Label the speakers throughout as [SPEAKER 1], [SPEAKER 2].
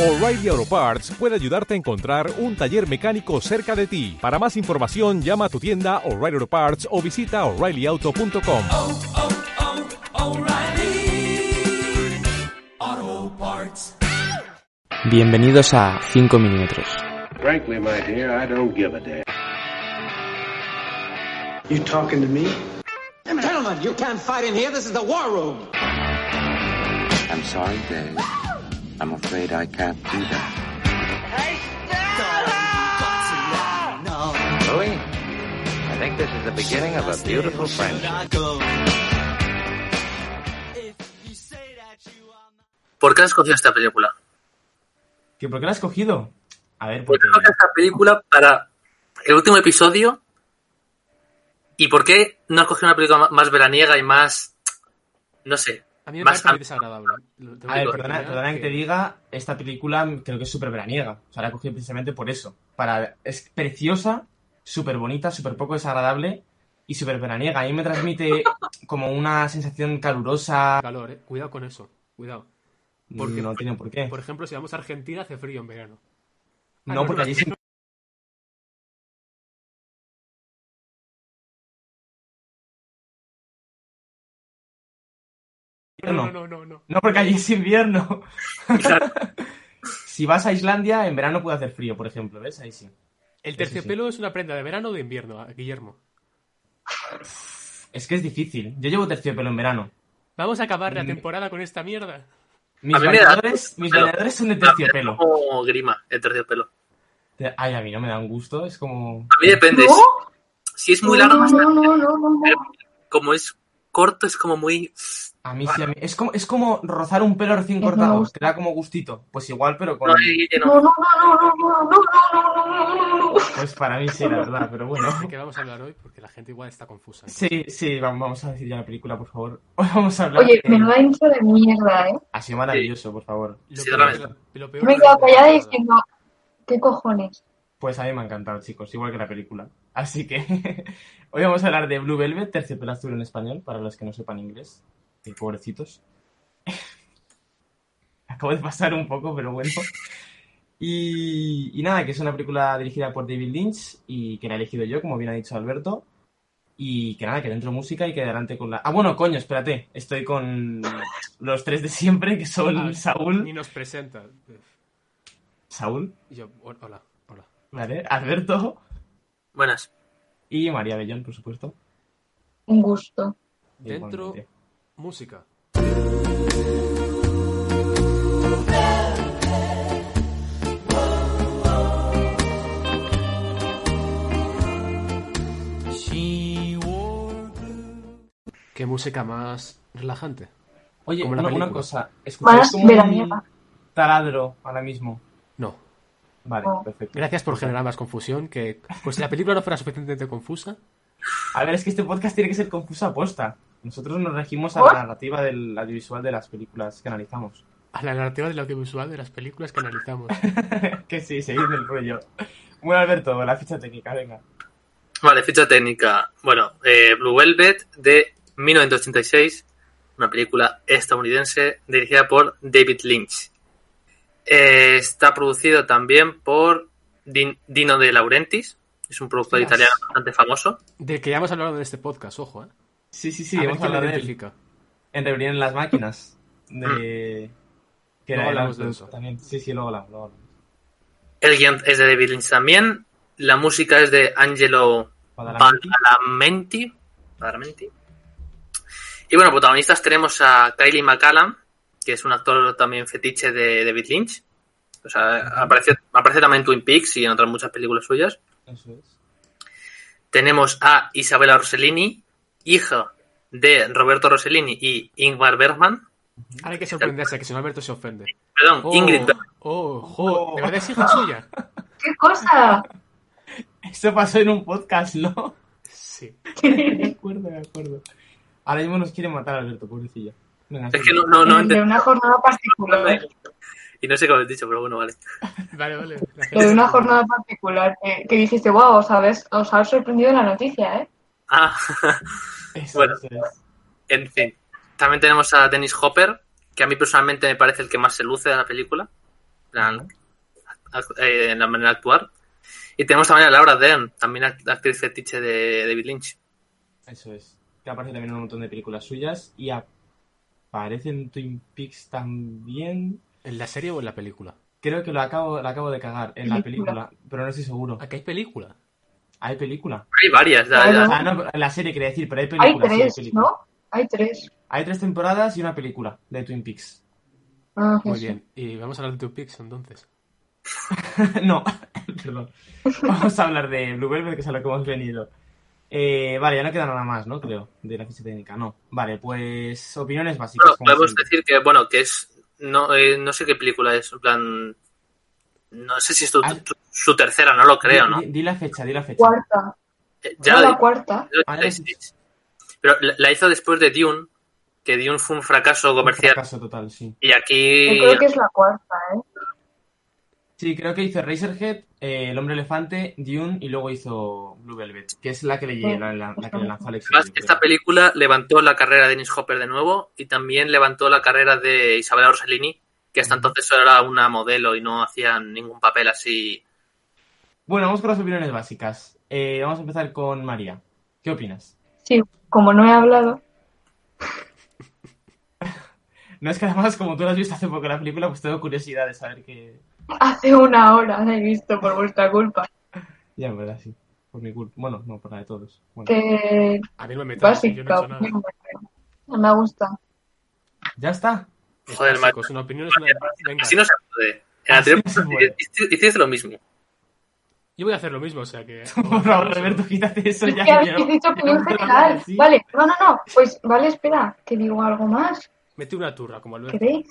[SPEAKER 1] O'Reilly Auto Parts puede ayudarte a encontrar un taller mecánico cerca de ti. Para más información, llama a tu tienda O'Reilly Auto Parts o visita oreillyauto.com.
[SPEAKER 2] Oh, O'Reilly Auto Parts.
[SPEAKER 3] Bienvenidos a 5 milímetros.
[SPEAKER 4] Frankly, my dear, I don't give a damn.
[SPEAKER 5] You talking to me?
[SPEAKER 6] Gentlemen, you can't fight in here. This is the war room.
[SPEAKER 7] I'm sorry, Dave. I'm afraid I can't do that.
[SPEAKER 8] Louis, I think this is the beginning of a beautiful friendship.
[SPEAKER 9] ¿Por qué has escogido esta película?
[SPEAKER 3] ¿Que ¿Por qué la has cogido? A ver,
[SPEAKER 9] ¿Por
[SPEAKER 3] porque
[SPEAKER 9] qué has escogido esta película para el último episodio? ¿Y por qué no has cogido una película más veraniega y más... no sé,
[SPEAKER 10] A mí me
[SPEAKER 9] más
[SPEAKER 10] parece muy
[SPEAKER 9] am-
[SPEAKER 10] desagradable. Lo tengo
[SPEAKER 3] A
[SPEAKER 10] que
[SPEAKER 3] ver,
[SPEAKER 10] decir,
[SPEAKER 3] perdona,
[SPEAKER 10] ¿verdad?
[SPEAKER 3] perdona que te diga, esta película creo que es súper veraniega. O sea, la he cogido precisamente por eso. Para, es preciosa, súper bonita, súper poco desagradable y súper veraniega. A mí me transmite como una sensación calurosa.
[SPEAKER 10] Calor, eh. Cuidado con eso. Cuidado.
[SPEAKER 3] Porque no tiene por qué.
[SPEAKER 10] Por ejemplo, si vamos a Argentina, hace frío en verano. Ah,
[SPEAKER 3] no, porque allí se...
[SPEAKER 10] No, no, no, no. no.
[SPEAKER 3] No, porque allí es invierno.
[SPEAKER 9] Claro.
[SPEAKER 3] si vas a Islandia, en verano puede hacer frío, por ejemplo, ¿ves? Ahí sí. Eso
[SPEAKER 10] El
[SPEAKER 3] sí.
[SPEAKER 10] terciopelo es una prenda de verano o de invierno, eh, Guillermo.
[SPEAKER 3] Es que es difícil. Yo llevo terciopelo en verano.
[SPEAKER 10] Vamos a acabar la
[SPEAKER 3] Mm.
[SPEAKER 10] temporada con esta mierda.
[SPEAKER 3] Mis
[SPEAKER 9] A mí me da
[SPEAKER 3] bañadores, mis
[SPEAKER 9] terciopelo.
[SPEAKER 3] bañadores son de terciopelo.
[SPEAKER 9] como grima el terciopelo.
[SPEAKER 3] Te- Ay, a mí no me da un gusto, es como...
[SPEAKER 9] A mí depende. si- Si es muy largo, bastante. Pero como es corto, es como muy...
[SPEAKER 3] A mí sí, a mí... Es como, es como rozar un pelo recién cortado, te da como gustito. Pues igual, pero con...
[SPEAKER 9] No, eh, eh, no.
[SPEAKER 3] Pues para mí sí, la verdad, pero bueno.
[SPEAKER 10] ¿De qué vamos a hablar hoy? Porque la gente igual está confusa.
[SPEAKER 3] Sí, sí, vamos, vamos a decir ya la película, por favor. Vamos a hablar...
[SPEAKER 11] Oye,
[SPEAKER 3] de-
[SPEAKER 11] menuda intro de mierda, ¿eh?
[SPEAKER 3] Ha sido maravilloso, por favor.
[SPEAKER 10] Lo
[SPEAKER 9] Sí,
[SPEAKER 10] peor,
[SPEAKER 9] realmente.
[SPEAKER 10] lo peor
[SPEAKER 11] Me he
[SPEAKER 10] de la
[SPEAKER 11] quedado callada
[SPEAKER 10] temporada.
[SPEAKER 11] diciendo, ¿qué cojones?
[SPEAKER 3] Pues a mí me ha encantado, chicos, igual que la película. Así que hoy vamos a hablar de Blue Velvet, terciopelo azul en español, para los que no sepan inglés. Eh, pobrecitos. Acabo de pasar un poco, pero bueno. Y, y nada, que es una película dirigida por David Lynch y que la he elegido yo, como bien ha dicho Alberto. Y que nada, que dentro música y que adelante con la... Ah, bueno, coño, espérate. Estoy con los tres de siempre, que
[SPEAKER 10] A ver,
[SPEAKER 3] son
[SPEAKER 10] Ni
[SPEAKER 3] Saúl.
[SPEAKER 10] Ah, nos presenta.
[SPEAKER 3] Saúl,
[SPEAKER 10] Yo, ho- hola, hola.
[SPEAKER 3] ¿vale? Alberto
[SPEAKER 9] Buenas.
[SPEAKER 3] y María Bellón, por supuesto.
[SPEAKER 11] Un gusto.
[SPEAKER 10] Dentro,
[SPEAKER 3] Igualmente.
[SPEAKER 10] música. Qué música más relajante.
[SPEAKER 3] Oye,
[SPEAKER 10] Como la
[SPEAKER 3] una, una
[SPEAKER 10] película.
[SPEAKER 3] cosa. ¿Escucháis
[SPEAKER 11] Más
[SPEAKER 3] como un
[SPEAKER 11] veraniega.
[SPEAKER 3] taladro ahora mismo?
[SPEAKER 10] No.
[SPEAKER 3] Vale,
[SPEAKER 11] No.
[SPEAKER 3] perfecto.
[SPEAKER 10] Gracias por generar más confusión. Que, pues si la película no fuera suficientemente confusa,
[SPEAKER 3] A ver, es que este podcast tiene que ser confuso aposta. Nosotros nos regimos a
[SPEAKER 11] ¿Por?
[SPEAKER 3] la narrativa del audiovisual de las películas que analizamos.
[SPEAKER 10] a la narrativa del audiovisual de las películas que analizamos.
[SPEAKER 3] que sí, seguid el rollo. Bueno, Alberto, la ficha técnica, venga.
[SPEAKER 9] Vale, ficha técnica. Bueno, eh, Blue Velvet de 1986, una película estadounidense dirigida por David Lynch. Eh, está producido también por Din- Dino De Laurentiis, es un productor
[SPEAKER 3] Hostias.
[SPEAKER 9] italiano bastante famoso.
[SPEAKER 10] De que ya hemos hablado en este podcast, ojo, ¿eh?
[SPEAKER 3] Sí, sí, sí,
[SPEAKER 10] a ver
[SPEAKER 3] vamos a
[SPEAKER 10] quién lo
[SPEAKER 3] hablar de él.
[SPEAKER 10] identifica.
[SPEAKER 3] En Rebelión en las máquinas. De... Que
[SPEAKER 10] Luego
[SPEAKER 3] el
[SPEAKER 10] hablamos de
[SPEAKER 3] autor
[SPEAKER 10] eso.
[SPEAKER 3] También. Sí, sí, luego hablamos. luego hablamos.
[SPEAKER 9] El guion es de David Lynch también. La música es de Angelo
[SPEAKER 3] Badalamenti.
[SPEAKER 9] Badalamenti. Badalamenti. Y bueno, protagonistas tenemos a Kylie McCallum, que es un actor también fetiche de David Lynch. O sea, aparece, aparece también en Twin Peaks y en otras muchas películas suyas.
[SPEAKER 3] Eso es.
[SPEAKER 9] Tenemos a Isabella Rossellini, hija de Roberto Rossellini y Ingmar Bergman.
[SPEAKER 10] Ahora hay que sorprenderse, que si no Alberto se ofende.
[SPEAKER 9] Perdón,
[SPEAKER 10] Oh,
[SPEAKER 9] Ingrid Bergman.
[SPEAKER 10] Oh, jo,
[SPEAKER 3] Oh.
[SPEAKER 10] ¿de verdad es hija suya?
[SPEAKER 11] ¡Qué cosa!
[SPEAKER 3] Eso pasó en un podcast, ¿no?
[SPEAKER 10] Sí.
[SPEAKER 3] Me acuerdo, me acuerdo. Ahora mismo nos quieren matar, Alberto, pobrecillo. Venga,
[SPEAKER 9] Es
[SPEAKER 3] sí.
[SPEAKER 9] que no, no, no
[SPEAKER 11] de
[SPEAKER 9] entendí.
[SPEAKER 11] una jornada particular.
[SPEAKER 9] Y no sé qué habéis dicho, pero bueno, vale.
[SPEAKER 10] Vale, vale.
[SPEAKER 11] De una jornada particular. eh, que dijiste, wow, os, habéis, os ha sorprendido la noticia, ¿eh?
[SPEAKER 9] Ah,
[SPEAKER 3] Eso,
[SPEAKER 9] Bueno.
[SPEAKER 3] eso es.
[SPEAKER 9] En fin. También tenemos a Dennis Hopper, que a mí personalmente me parece el que más se luce de la película. plan, act- eh, en la manera de actuar. Y tenemos también a Laura Dern, también act- actriz fetiche de David Lynch.
[SPEAKER 3] Eso es. Que aparece también en un montón de películas suyas y aparece en Twin Peaks también.
[SPEAKER 10] ¿En la serie o en la película?
[SPEAKER 3] Creo que lo acabo, lo acabo de cagar en la
[SPEAKER 11] Película.
[SPEAKER 3] película, pero no estoy seguro.
[SPEAKER 10] Aquí hay película.
[SPEAKER 3] Hay película.
[SPEAKER 9] Hay varias, ya,
[SPEAKER 11] Claro.
[SPEAKER 9] ya.
[SPEAKER 3] Ah, no, en la serie quería decir, pero hay
[SPEAKER 11] Hay
[SPEAKER 3] películas. sí, hay,
[SPEAKER 11] tres,
[SPEAKER 3] película.
[SPEAKER 11] ¿no? Hay tres.
[SPEAKER 3] Hay tres temporadas y una película de Twin Peaks.
[SPEAKER 11] Ah,
[SPEAKER 10] Muy
[SPEAKER 11] sí.
[SPEAKER 10] bien. Y vamos a hablar de Two Picks entonces.
[SPEAKER 3] no, perdón. Vamos a hablar de Blue Velvet, que es a lo que hemos venido. Eh, vale, ya no queda nada más, ¿no? Creo, de la ficha técnica. No. Vale, pues opiniones básicas.
[SPEAKER 9] Bueno,
[SPEAKER 3] como
[SPEAKER 9] podemos
[SPEAKER 3] siempre.
[SPEAKER 9] decir que, bueno, que es. No, eh, no sé qué película es, en plan. No sé si es tu-
[SPEAKER 3] Ah.
[SPEAKER 9] tu- su tercera, no lo creo,
[SPEAKER 3] Di-
[SPEAKER 9] ¿no?
[SPEAKER 3] di, di la fecha, di la fecha.
[SPEAKER 11] Cuarta.
[SPEAKER 9] Eh, Ya
[SPEAKER 11] Ya
[SPEAKER 9] lo
[SPEAKER 11] la
[SPEAKER 9] dije,
[SPEAKER 11] cuarta.
[SPEAKER 9] el
[SPEAKER 3] Ah, ya
[SPEAKER 9] 86. Pero la, la hizo después de Dune, que Dune fue un fracaso comercial.
[SPEAKER 3] Fracaso total, sí.
[SPEAKER 9] Y
[SPEAKER 11] Yo
[SPEAKER 9] aquí.
[SPEAKER 11] creo que es la cuarta, ¿eh?
[SPEAKER 3] Sí, creo que hizo Razorhead, eh, El Hombre Elefante, Dune y luego hizo Blue Velvet, que es la que le, lle- la, la- la que le lanzó al éxito,
[SPEAKER 9] Además,
[SPEAKER 3] yo creo.
[SPEAKER 9] esta película levantó la carrera de Dennis Hopper de nuevo y también levantó la carrera de Isabella Rossellini, que hasta entonces solo era una modelo y no hacían ningún papel así.
[SPEAKER 3] Bueno, vamos con las opiniones básicas. Eh, vamos a empezar con María. ¿Qué opinas?
[SPEAKER 11] Sí, como no he hablado.
[SPEAKER 3] No es que además, como tú lo has visto hace poco la película, pues tengo curiosidad de saber qué...
[SPEAKER 11] Hace una hora la he visto por vuestra culpa.
[SPEAKER 3] Ya, en verdad, sí. Por mi culpa. Bueno, no, por la de todos. Bueno.
[SPEAKER 11] Que
[SPEAKER 10] A mí no me metas, yo no
[SPEAKER 11] básica.
[SPEAKER 10] he hecho nada.
[SPEAKER 11] opinión, no Me gusta.
[SPEAKER 3] Ya está.
[SPEAKER 10] Es
[SPEAKER 9] Joder,
[SPEAKER 10] básico,
[SPEAKER 9] macho.
[SPEAKER 10] es una opinión, es una... Venga,
[SPEAKER 9] Así no se puede. En
[SPEAKER 3] Así
[SPEAKER 9] anterior
[SPEAKER 3] no se puede.
[SPEAKER 9] hici- hiciste lo mismo.
[SPEAKER 10] yo voy a hacer lo mismo, o sea que...
[SPEAKER 3] Por favor, Roberto, quítate eso
[SPEAKER 11] Es
[SPEAKER 3] ya.
[SPEAKER 11] que
[SPEAKER 3] que
[SPEAKER 11] habéis
[SPEAKER 3] yo no-
[SPEAKER 11] dicho
[SPEAKER 3] yo no
[SPEAKER 11] opinión
[SPEAKER 3] puedo hablar
[SPEAKER 11] general.
[SPEAKER 3] así.
[SPEAKER 11] Vale, no, no, no. Pues vale, espera, que digo algo más.
[SPEAKER 10] Metí una turra como Alberto.
[SPEAKER 11] ¿Queréis?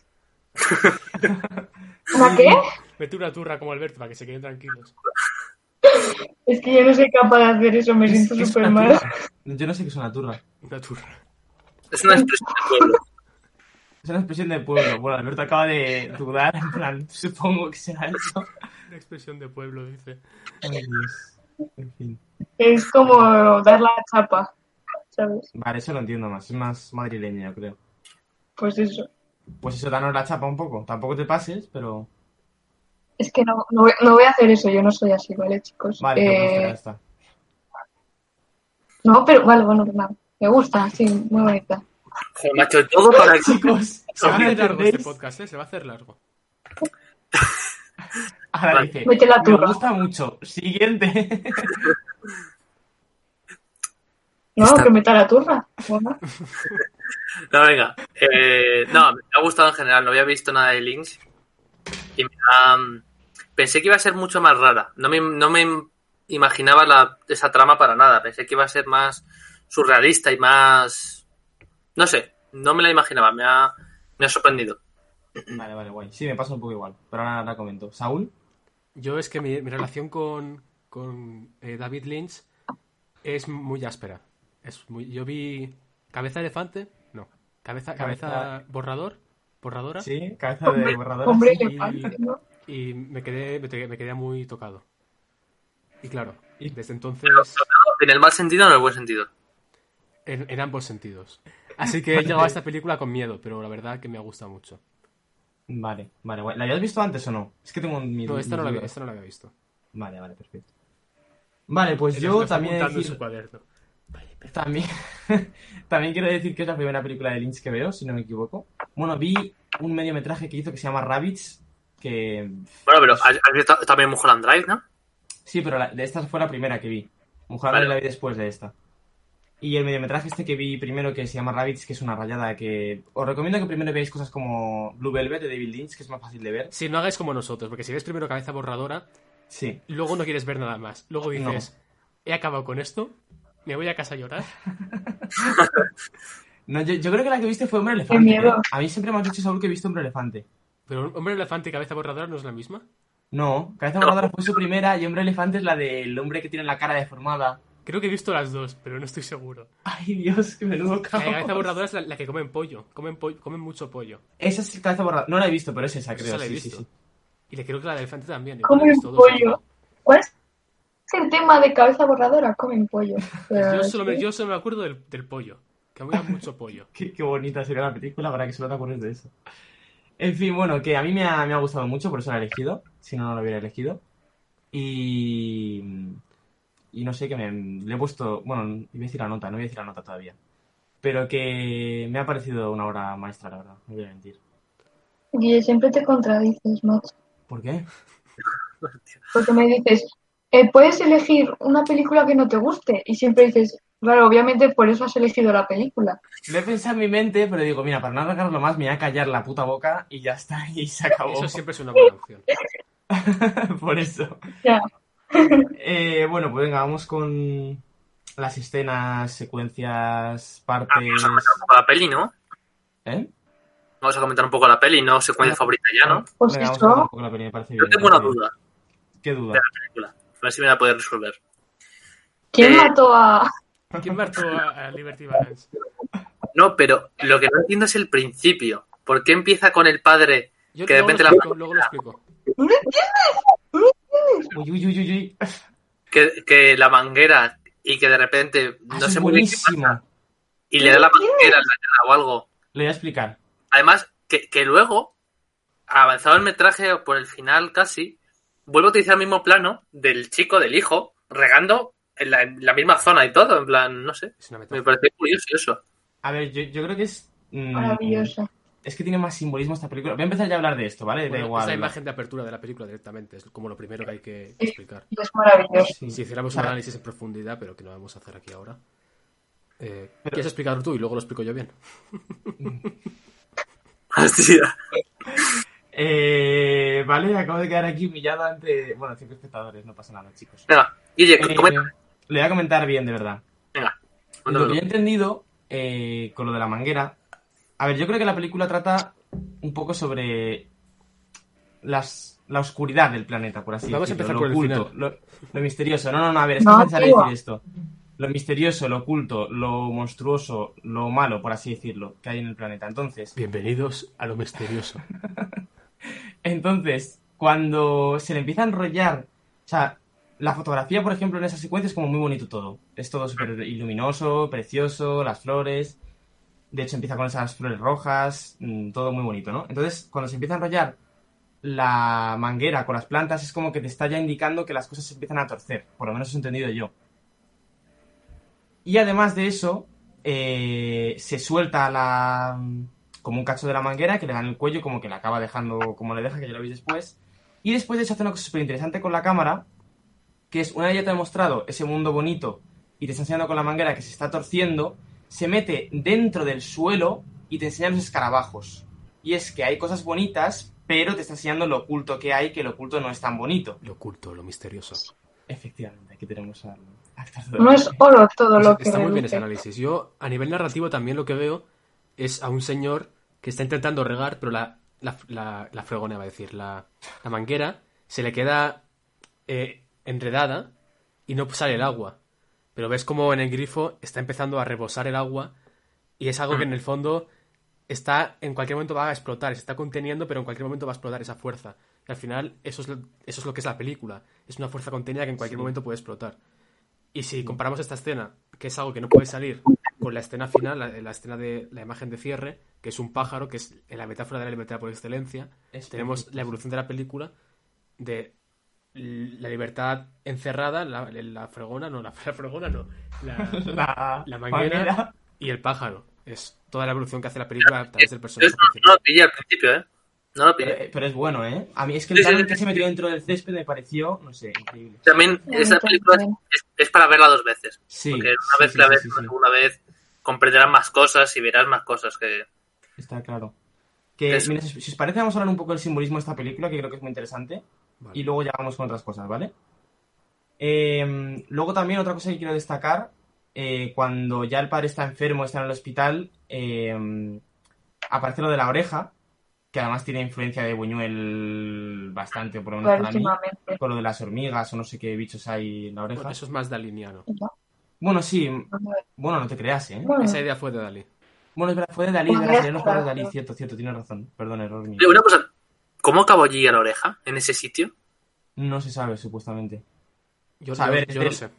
[SPEAKER 11] ¿Una qué?
[SPEAKER 10] Metí una turra como Alberto para que se queden tranquilos.
[SPEAKER 11] Es que yo no soy capaz de hacer eso, me
[SPEAKER 3] Es-
[SPEAKER 11] siento
[SPEAKER 3] es
[SPEAKER 11] súper
[SPEAKER 3] una
[SPEAKER 11] mal.
[SPEAKER 3] turra. Yo no sé qué es una turra.
[SPEAKER 10] Una turra.
[SPEAKER 9] Es una
[SPEAKER 3] Es una
[SPEAKER 9] expresión del pueblo.
[SPEAKER 3] expresión de pueblo. Bueno, Alberto acaba de dudar. En plan, supongo que será eso.
[SPEAKER 10] Una expresión de pueblo, dice.
[SPEAKER 3] Ay, Dios. En fin.
[SPEAKER 11] Es como dar la chapa, ¿sabes?
[SPEAKER 3] Vale, eso lo entiendo más. Es más madrileño, yo creo.
[SPEAKER 11] Pues eso.
[SPEAKER 3] Pues eso, danos la chapa un poco. Tampoco te pases, pero...
[SPEAKER 11] Es que no, no, voy- no voy a hacer eso, yo no soy así, ¿vale, chicos?
[SPEAKER 3] Vale, te gusta, ya
[SPEAKER 11] eh,
[SPEAKER 3] está.
[SPEAKER 11] no, pero vale, bueno, pues nada. Me gusta, sí, muy bonita.
[SPEAKER 9] Joder, macho, todo para que.
[SPEAKER 3] Chicos,
[SPEAKER 10] Se va a hacer largo este
[SPEAKER 3] ¿entendéis?
[SPEAKER 10] podcast, ¿eh? Se va a hacer largo.
[SPEAKER 3] Ahora
[SPEAKER 9] Vale.
[SPEAKER 3] dice,
[SPEAKER 11] Mete la
[SPEAKER 3] me
[SPEAKER 11] turra".
[SPEAKER 3] gusta mucho. Siguiente.
[SPEAKER 11] No,
[SPEAKER 9] Está-
[SPEAKER 11] que meta la turra. Bueno,
[SPEAKER 9] No, venga. Eh, no, me ha gustado en general. No había visto nada de Lynch. Y me ha- pensé que iba a ser mucho más rara. No me, no me imaginaba la- esa trama para nada. Pensé que iba a ser más surrealista y más... No sé, no me la imaginaba. Me ha, me ha sorprendido.
[SPEAKER 3] Vale, vale, guay. Sí, me pasa un poco igual, pero ahora la comento. Saúl,
[SPEAKER 10] Yo es que mi, mi relación con, con eh, David Lynch es muy áspera. Es muy, yo vi Cabeza de Elefante, no, Cabeza, cabeza,
[SPEAKER 3] Cabeza-
[SPEAKER 10] Borrador, Borradora,
[SPEAKER 3] sí, cabeza de borradora.
[SPEAKER 11] hombre,
[SPEAKER 10] sí.
[SPEAKER 11] le pasa, ¿no?
[SPEAKER 10] y me quedé, me, te- me quedé muy tocado. Y claro,
[SPEAKER 3] Y-
[SPEAKER 10] desde entonces,
[SPEAKER 9] En el mal sentido o en el buen sentido.
[SPEAKER 10] en, en ambos sentidos. Así que he llegado a esta película con miedo, pero la verdad que me ha gustado mucho.
[SPEAKER 3] Vale, vale, guay. ¿La habías visto antes o no? Es que tengo mi.
[SPEAKER 10] No, esta no
[SPEAKER 3] mis
[SPEAKER 10] la, había-
[SPEAKER 3] dudas.
[SPEAKER 10] esta no la había visto.
[SPEAKER 3] Vale, vale, perfecto. Vale, pues
[SPEAKER 10] Esta
[SPEAKER 3] yo
[SPEAKER 10] está
[SPEAKER 3] también.
[SPEAKER 10] apuntando en
[SPEAKER 3] decir-
[SPEAKER 10] su cuaderno. Vale, perfecto.
[SPEAKER 3] También, también quiero decir que es la primera película de Lynch que veo, si no me equivoco. Bueno, vi un mediometraje que hizo que se llama Rabbits, que
[SPEAKER 9] Bueno, pero has has visto también Mulholland Drive, ¿no?
[SPEAKER 3] Sí, pero la- de esta fue la primera que vi. Mujer
[SPEAKER 9] Vale.
[SPEAKER 3] la vi después de esta. Y el mediometraje este que vi primero, que se llama Rabbits, que es una rayada que... Os recomiendo que primero veáis cosas como Blue Velvet de David Lynch, que es más fácil de ver.
[SPEAKER 10] Sí, no hagáis como nosotros, porque si ves primero Cabeza Borradora,
[SPEAKER 3] Sí.
[SPEAKER 10] luego no quieres ver nada más. Luego dices, he acabado con esto, me voy a casa a llorar.
[SPEAKER 3] No, yo, yo creo que la que viste fue Hombre Elefante.
[SPEAKER 11] miedo.
[SPEAKER 3] ¿eh? A mí siempre me has dicho, Saúl, que he visto Hombre Elefante.
[SPEAKER 10] Pero Hombre Elefante y Cabeza Borradora no es la misma.
[SPEAKER 3] No, Cabeza Voladora fue su primera y Hombre Elefante es la del hombre que tiene la cara deformada.
[SPEAKER 10] Creo que he visto las dos, pero no estoy seguro.
[SPEAKER 3] Ay, Dios, que menudo
[SPEAKER 10] La de
[SPEAKER 3] caos.
[SPEAKER 10] Cabeza Borradora es la, la que comen pollo, comen, pollo, comen mucho pollo.
[SPEAKER 3] Esa es Cabeza Voladora. No la he visto, pero es esa,
[SPEAKER 10] Pues
[SPEAKER 3] Ah, creo.
[SPEAKER 10] esa la he
[SPEAKER 3] sí,
[SPEAKER 10] visto.
[SPEAKER 3] sí, sí.
[SPEAKER 10] Y le creo que la de Elefante también. ¿eh? igual he
[SPEAKER 11] Comen
[SPEAKER 10] visto dos o
[SPEAKER 11] pollo.
[SPEAKER 10] tres.
[SPEAKER 11] ¿Cuál es el tema de cabeza borradora? Comen pollo. Pero
[SPEAKER 10] Yo
[SPEAKER 11] es
[SPEAKER 10] solo, me,
[SPEAKER 11] que-
[SPEAKER 10] yo solo me acuerdo del, del pollo, que comían mucho pollo.
[SPEAKER 3] Qué, qué bonita sería la película, para que solo te acuerdes de eso. En fin, bueno, que a mí me ha, me ha gustado mucho, por eso la he elegido. Si no, no la hubiera elegido. Y. Y no sé, que me, le he puesto. Bueno, iba a decir la nota, no voy a decir la nota todavía. Pero que me ha parecido una obra maestra, la verdad, no voy a mentir.
[SPEAKER 11] Guille, siempre te contradices, macho.
[SPEAKER 3] ¿Por qué?
[SPEAKER 11] Porque me dices, eh, puedes elegir una película que no te guste. Y siempre dices, claro, obviamente por eso has elegido la película.
[SPEAKER 3] Lo he pensado en mi mente, pero digo, mira, para no alargarlo más, me voy a callar la puta boca y ya está, y se acabó.
[SPEAKER 10] Eso siempre es una buena opción.
[SPEAKER 3] por eso.
[SPEAKER 11] Ya.
[SPEAKER 3] Eh, bueno, pues venga, vamos con las escenas, secuencias,
[SPEAKER 9] Ah,
[SPEAKER 3] partes.
[SPEAKER 9] Vamos a comentar un poco la peli, ¿no?
[SPEAKER 3] ¿Eh?
[SPEAKER 9] Vamos a comentar un poco la peli, ¿no? Secuencia favorita ya, ¿no?
[SPEAKER 11] Pues
[SPEAKER 3] Venga, vamos a hablar un
[SPEAKER 11] eso,
[SPEAKER 3] poco de la peli, me parece
[SPEAKER 9] Yo
[SPEAKER 3] bien,
[SPEAKER 9] tengo
[SPEAKER 3] me
[SPEAKER 9] una
[SPEAKER 3] parece bien.
[SPEAKER 9] duda
[SPEAKER 3] ¿Qué duda?
[SPEAKER 9] de la película. A ver si me la puedes resolver.
[SPEAKER 11] ¿quién
[SPEAKER 9] Eh,
[SPEAKER 11] mató a...?
[SPEAKER 10] ¿Quién mató a, a Liberty Balance?
[SPEAKER 9] No, pero lo que no entiendo es el principio. ¿Por qué empieza con el padre?
[SPEAKER 10] Yo
[SPEAKER 9] Que
[SPEAKER 10] luego
[SPEAKER 9] depende
[SPEAKER 10] lo
[SPEAKER 9] la-
[SPEAKER 10] explico, luego lo explico.
[SPEAKER 3] Uy, uy, uy, uy, uy. Ah,
[SPEAKER 9] Que, que la manguera y que de repente
[SPEAKER 3] Ah,
[SPEAKER 9] no
[SPEAKER 3] eso
[SPEAKER 9] se
[SPEAKER 3] es
[SPEAKER 9] mueve
[SPEAKER 3] buenísimo.
[SPEAKER 9] y le da la manguera en la cara o algo.
[SPEAKER 3] Lo voy a explicar.
[SPEAKER 9] Además, que, que luego, avanzado el metraje o por el final casi, vuelvo a utilizar el mismo plano del chico, del hijo, regando en la, en la misma zona y todo. En plan, no sé.
[SPEAKER 10] Es una metáfora.
[SPEAKER 9] Me pareció curioso eso.
[SPEAKER 3] A ver, yo, yo creo que es. mm,
[SPEAKER 11] Maravilloso.
[SPEAKER 3] Es que tiene más simbolismo esta película. Voy a empezar ya a hablar de esto, ¿vale? da
[SPEAKER 10] Bueno,
[SPEAKER 3] igual.
[SPEAKER 10] es la imagen de apertura de la película directamente, es como lo primero que hay que explicar.
[SPEAKER 11] Y es maravilloso.
[SPEAKER 3] Sí.
[SPEAKER 10] Si hiciéramos un
[SPEAKER 3] Para-
[SPEAKER 10] análisis en profundidad, pero que no vamos a hacer aquí ahora. Eh,
[SPEAKER 3] Pero-
[SPEAKER 10] ¿Quieres explicarlo tú y luego lo explico yo bien?
[SPEAKER 9] Hostia.
[SPEAKER 3] Eh, vale, acabo de quedar aquí humillado ante. Bueno, cinco espectadores, no pasa nada, chicos.
[SPEAKER 9] Venga, Guille,
[SPEAKER 3] Eh,
[SPEAKER 9] comenta.
[SPEAKER 3] le voy a comentar bien, de verdad.
[SPEAKER 9] Venga,
[SPEAKER 3] Lo que
[SPEAKER 9] cuéntamelo.
[SPEAKER 3] yo he entendido eh, con lo de la manguera. A ver, yo creo que la película trata un poco sobre las, la oscuridad del planeta, por así
[SPEAKER 10] Vamos a
[SPEAKER 3] decirlo.
[SPEAKER 10] empezar
[SPEAKER 3] Lo
[SPEAKER 10] por el
[SPEAKER 3] oculto,
[SPEAKER 10] final.
[SPEAKER 3] lo, lo misterioso. No, no, no, a ver, es que
[SPEAKER 11] No,
[SPEAKER 3] me empezaré a
[SPEAKER 11] tío.
[SPEAKER 3] decir esto. Lo misterioso, lo oculto, lo monstruoso, lo malo, por así decirlo, que hay en el planeta. Entonces,
[SPEAKER 10] Bienvenidos a lo misterioso.
[SPEAKER 3] Entonces, cuando se le empieza a enrollar, o sea, la fotografía, por ejemplo, en esa secuencia es como muy bonito todo. Es todo súper iluminoso, precioso, las flores. De hecho, empieza con esas flores rojas, mm, todo muy bonito, ¿no? Entonces, cuando se empieza a enrollar la manguera con las plantas, es como que te está ya indicando que las cosas se empiezan a torcer. Por lo menos eso he entendido yo. Y además de eso, eh, se suelta la como un cacho de la manguera que le da en el cuello, como que la acaba dejando como le deja, que ya lo veis después. Y después de eso hace una cosa súper interesante con la cámara, que es una vez ya te ha mostrado ese mundo bonito y te está enseñando con la manguera que se está torciendo, se mete dentro del suelo y te enseña los escarabajos. Y es que hay cosas bonitas, pero te está enseñando lo oculto que hay, que lo oculto no es tan bonito.
[SPEAKER 10] Lo oculto, lo misterioso.
[SPEAKER 3] Efectivamente, aquí tenemos al actor de
[SPEAKER 11] No es oro todo
[SPEAKER 10] Pues
[SPEAKER 11] lo que
[SPEAKER 10] está muy bien
[SPEAKER 11] deduce.
[SPEAKER 10] ese análisis. Yo, a nivel narrativo, también lo que veo es a un señor que está intentando regar, pero la, la, la- la fregona, va a decir, la, la manguera se le queda eh, enredada y no sale el agua. Pero ves como en el grifo está empezando a rebosar el agua y es algo que en el fondo está en cualquier momento va a explotar, se está conteniendo, pero en cualquier momento va a explotar esa fuerza. Y al final eso es lo, eso es lo que es la película, es una fuerza contenida que en cualquier momento puede explotar. Y si comparamos esta escena, que es algo que no puede salir, con la escena final, la, la escena de la imagen de cierre, que es un pájaro, que es la metáfora de la libertad por excelencia,
[SPEAKER 3] Es
[SPEAKER 10] tenemos
[SPEAKER 3] perfecto.
[SPEAKER 10] la evolución de la película de la libertad encerrada, la, la fregona, no, la, la fregona no, la,
[SPEAKER 3] la,
[SPEAKER 10] la manguera y el pájaro. Es toda la evolución que hace la película a través del
[SPEAKER 9] Yo
[SPEAKER 10] personaje
[SPEAKER 9] eso no,
[SPEAKER 10] principal.
[SPEAKER 9] lo pillé al principio, ¿eh? No lo pillé.
[SPEAKER 3] Pero, pero es bueno, ¿eh? A mí es que
[SPEAKER 9] Sí,
[SPEAKER 3] el
[SPEAKER 9] sí,
[SPEAKER 3] plano en
[SPEAKER 9] sí,
[SPEAKER 3] que
[SPEAKER 9] sí.
[SPEAKER 3] se metió dentro del césped me pareció, no sé, increíble.
[SPEAKER 9] También
[SPEAKER 11] A mí
[SPEAKER 9] esta película
[SPEAKER 11] también.
[SPEAKER 9] es, es para verla dos veces.
[SPEAKER 3] Sí,
[SPEAKER 9] porque una
[SPEAKER 3] sí,
[SPEAKER 9] vez
[SPEAKER 3] sí,
[SPEAKER 9] la
[SPEAKER 3] sí,
[SPEAKER 9] ves,
[SPEAKER 3] sí,
[SPEAKER 9] una
[SPEAKER 3] sí.
[SPEAKER 9] segunda vez comprenderás más cosas y verás más cosas que...
[SPEAKER 3] Está claro. Que,
[SPEAKER 9] Eso.
[SPEAKER 3] mira, si si os parece, vamos a hablar un poco del simbolismo de esta película, que creo que es muy interesante.
[SPEAKER 10] Vale.
[SPEAKER 3] Y luego ya vamos con otras cosas, ¿vale? Eh, luego también otra cosa que quiero destacar, eh, cuando ya el padre está enfermo, está en el hospital, eh, aparece lo de la oreja, que además tiene influencia de Buñuel bastante, por lo menos para mí,
[SPEAKER 11] Clarísimamente.
[SPEAKER 3] con lo de las hormigas o no sé qué bichos hay en la oreja.
[SPEAKER 10] Bueno, eso es más daliniano.
[SPEAKER 3] Bueno, sí, bueno, no te creas, ¿eh.
[SPEAKER 11] Bueno,
[SPEAKER 10] Esa idea fue de Dalí.
[SPEAKER 3] Bueno, es verdad, fue de Dalí, es verdad,
[SPEAKER 11] Podrías
[SPEAKER 3] salían los cuadros de Dalí,
[SPEAKER 11] probarlo.
[SPEAKER 3] cierto, cierto, tienes razón. Perdón, error mío.
[SPEAKER 9] Oye, Una cosa, ¿cómo acabó allí a la oreja, en ese sitio?
[SPEAKER 3] No se sabe, supuestamente.
[SPEAKER 10] Yo,
[SPEAKER 3] O sea, a
[SPEAKER 10] yo-
[SPEAKER 3] ver, es
[SPEAKER 10] yo no
[SPEAKER 3] del-
[SPEAKER 10] sé.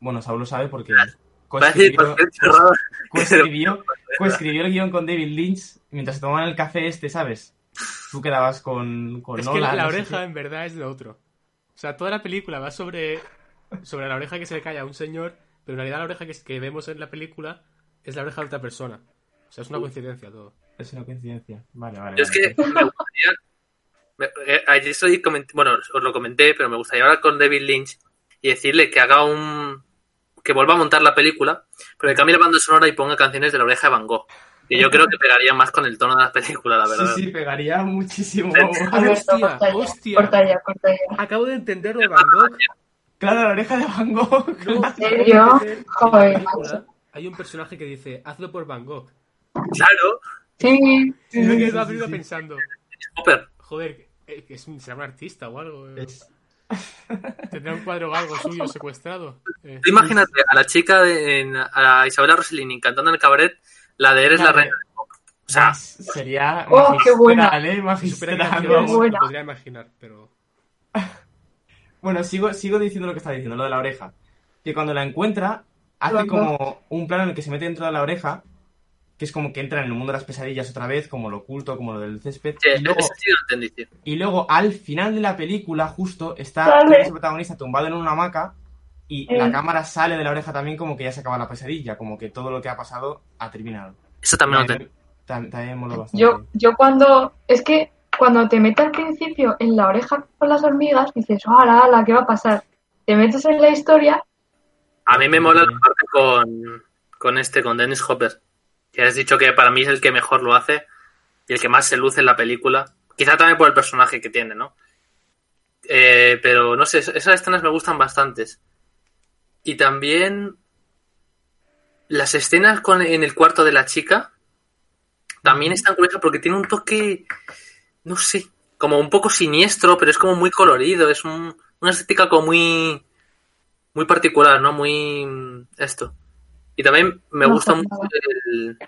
[SPEAKER 3] Bueno, Saúl lo sabe porque Coescribió,
[SPEAKER 9] Parece cerrada. pues,
[SPEAKER 3] coescribió- coescribió el guión con David Lynch mientras se tomaban el café este, ¿sabes? Tú quedabas con, con
[SPEAKER 10] Es que
[SPEAKER 3] Nolan,
[SPEAKER 10] la, la
[SPEAKER 3] Pues no sé
[SPEAKER 10] oreja
[SPEAKER 3] qué.
[SPEAKER 10] en verdad es de otro. O sea, toda la película va sobre, sobre la oreja que se le cae a un señor, pero en realidad la oreja que, que vemos en la película es la oreja de otra persona. O sea, es una coincidencia todo.
[SPEAKER 3] Es una coincidencia. Vale, vale.
[SPEAKER 9] Yo es que me gustaría. me- eh, ayer se lo coment- bueno, os lo comenté, pero me gustaría hablar con David Lynch y decirle que haga un. que vuelva a montar la película, pero que cambie la banda sonora y ponga canciones de la oreja de Van Gogh. Que yo creo que pegaría más con el tono de la película, la verdad.
[SPEAKER 3] Sí, sí, pegaría muchísimo.
[SPEAKER 11] Alberto,
[SPEAKER 10] Hostia,
[SPEAKER 11] corta ya,
[SPEAKER 10] hostia.
[SPEAKER 11] corta ya, corta ya.
[SPEAKER 10] Acabo de entender lo de Van Gogh.
[SPEAKER 3] claro, la oreja de Van Gogh.
[SPEAKER 10] No, acabo de
[SPEAKER 11] serio?
[SPEAKER 10] entender que en la
[SPEAKER 11] Joder,
[SPEAKER 10] película Hay un personaje que dice, hazlo por Van Gogh.
[SPEAKER 9] Claro,
[SPEAKER 11] Sí,
[SPEAKER 10] Y yo
[SPEAKER 3] sí,
[SPEAKER 10] que
[SPEAKER 3] sí,
[SPEAKER 10] la
[SPEAKER 3] sí,
[SPEAKER 10] película
[SPEAKER 3] sí.
[SPEAKER 10] pensando,
[SPEAKER 9] Hopper.
[SPEAKER 10] joder, eh, que es un- será un artista o algo. eh,
[SPEAKER 3] Es-
[SPEAKER 10] Tendrá un cuadro o algo suyo secuestrado. Eh,
[SPEAKER 9] Tú imagínate a la chica, de, en- a Isabela Rossellini cantando en el cabaret, la de Eres la
[SPEAKER 3] Vale.
[SPEAKER 9] reina del pop. O sea,
[SPEAKER 3] sería
[SPEAKER 11] Oh, qué buena.
[SPEAKER 3] magistral, ¿eh?
[SPEAKER 10] si supiera
[SPEAKER 3] Magistral.
[SPEAKER 10] qué canción
[SPEAKER 11] Qué
[SPEAKER 10] es,
[SPEAKER 11] buena.
[SPEAKER 10] lo podría imaginar, pero...
[SPEAKER 3] Bueno, sigo, sigo diciendo lo que está diciendo, lo de la oreja. Que cuando la encuentra, hace
[SPEAKER 11] Van Gogh.
[SPEAKER 3] como un plano en el que se mete dentro de la oreja, que es como que entra en el mundo de las pesadillas otra vez, como lo oculto, como lo del césped.
[SPEAKER 9] que
[SPEAKER 3] Y luego,
[SPEAKER 9] eso sí lo entendí, tío.
[SPEAKER 3] y luego, al final de la película, justo, está
[SPEAKER 11] Vale.
[SPEAKER 3] creo que es el protagonista tumbado en una hamaca y
[SPEAKER 11] Eh.
[SPEAKER 3] la cámara sale de la oreja también como que ya se acaba la pesadilla, como que todo lo que ha pasado ha terminado.
[SPEAKER 9] Eso también lo entendí.
[SPEAKER 3] También, tam- también moló bastante.
[SPEAKER 11] yo, yo cuando. Es que cuando te metes al principio en la oreja con las hormigas, dices, ala, ala, ¿qué va a pasar? Te metes en la historia,
[SPEAKER 9] A mí me mola la parte con, con este, con Dennis Hopper. Que has dicho que para mí es el que mejor lo hace y el que más se luce en la película. Quizá también por el personaje que tiene, ¿no? Eh, pero no sé, es- esas escenas me gustan bastantes. Y también las escenas con, en el cuarto de la chica también están curiosas porque tiene un toque, no sé, como un poco siniestro, pero es como muy colorido, es un- una estética como muy, muy particular, ¿no? Muy mm, esto. Y también me
[SPEAKER 11] No
[SPEAKER 9] gusta
[SPEAKER 11] pasa
[SPEAKER 9] mucho
[SPEAKER 11] nada.
[SPEAKER 9] el,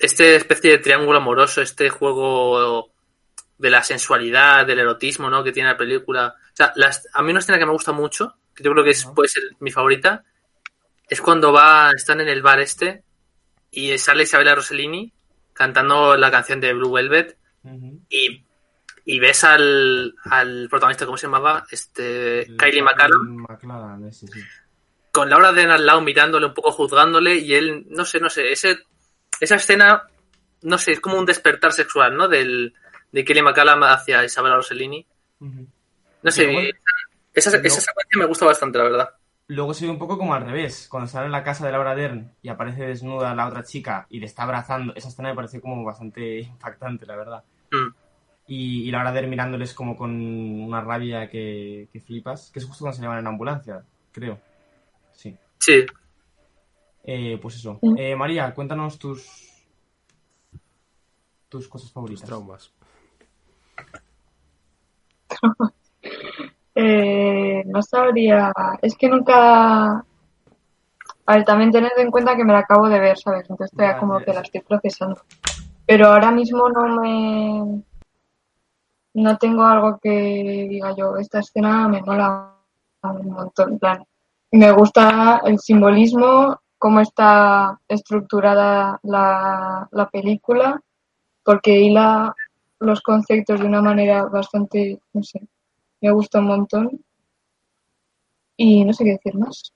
[SPEAKER 9] este especie de triángulo amoroso, este juego de la sensualidad, del erotismo, ¿no? Que tiene la película. O sea, las- a mí una escena que me gusta mucho, que yo creo que es puede ser mi favorita, es cuando va, están en el bar este y sale Isabella Rossellini cantando la canción de Blue Velvet
[SPEAKER 3] Ujú.
[SPEAKER 9] y, y ves al, al protagonista, ¿cómo se llamaba? Este,
[SPEAKER 3] Mm.
[SPEAKER 9] Kylie McCallum,
[SPEAKER 3] MacLaren, ese, sí.
[SPEAKER 9] con Laura Dern al lado mirándole, un poco juzgándole y él, no sé, no sé, ese, esa escena, no sé, es como un despertar sexual, ¿no? Del, de Kylie McCallum hacia Isabella Rossellini.
[SPEAKER 3] Ujú.
[SPEAKER 9] No sé,
[SPEAKER 3] Y luego-
[SPEAKER 9] esa,
[SPEAKER 3] y luego-
[SPEAKER 9] esa secuencia me gusta bastante, la verdad.
[SPEAKER 3] Luego se ve un poco como al revés, cuando sale en la casa de Laura Dern y aparece desnuda la otra chica y le está abrazando, esa escena me pareció como bastante impactante, la verdad.
[SPEAKER 9] Mm.
[SPEAKER 3] Y, y Laura Dern mirándoles como con una rabia que, que flipas, que es justo cuando se llevan en ambulancia, creo. Sí.
[SPEAKER 9] Sí,
[SPEAKER 3] Eh, pues eso.
[SPEAKER 11] Sí.
[SPEAKER 3] Eh, María, cuéntanos tus tus cosas favoritas.
[SPEAKER 10] Traumas.
[SPEAKER 11] eh, no sabría. Es que nunca. A ver, también tened en cuenta que me la acabo de ver, ¿sabes? Entonces todavía
[SPEAKER 3] Vale.
[SPEAKER 11] como que la estoy procesando. Pero ahora mismo no me. No tengo algo que diga yo. Esta escena me mola un montón. En plan, me gusta el simbolismo, cómo está estructurada la, la película, porque hila los conceptos de una manera bastante. No sé. Me gusta un montón. Y no sé qué decir más.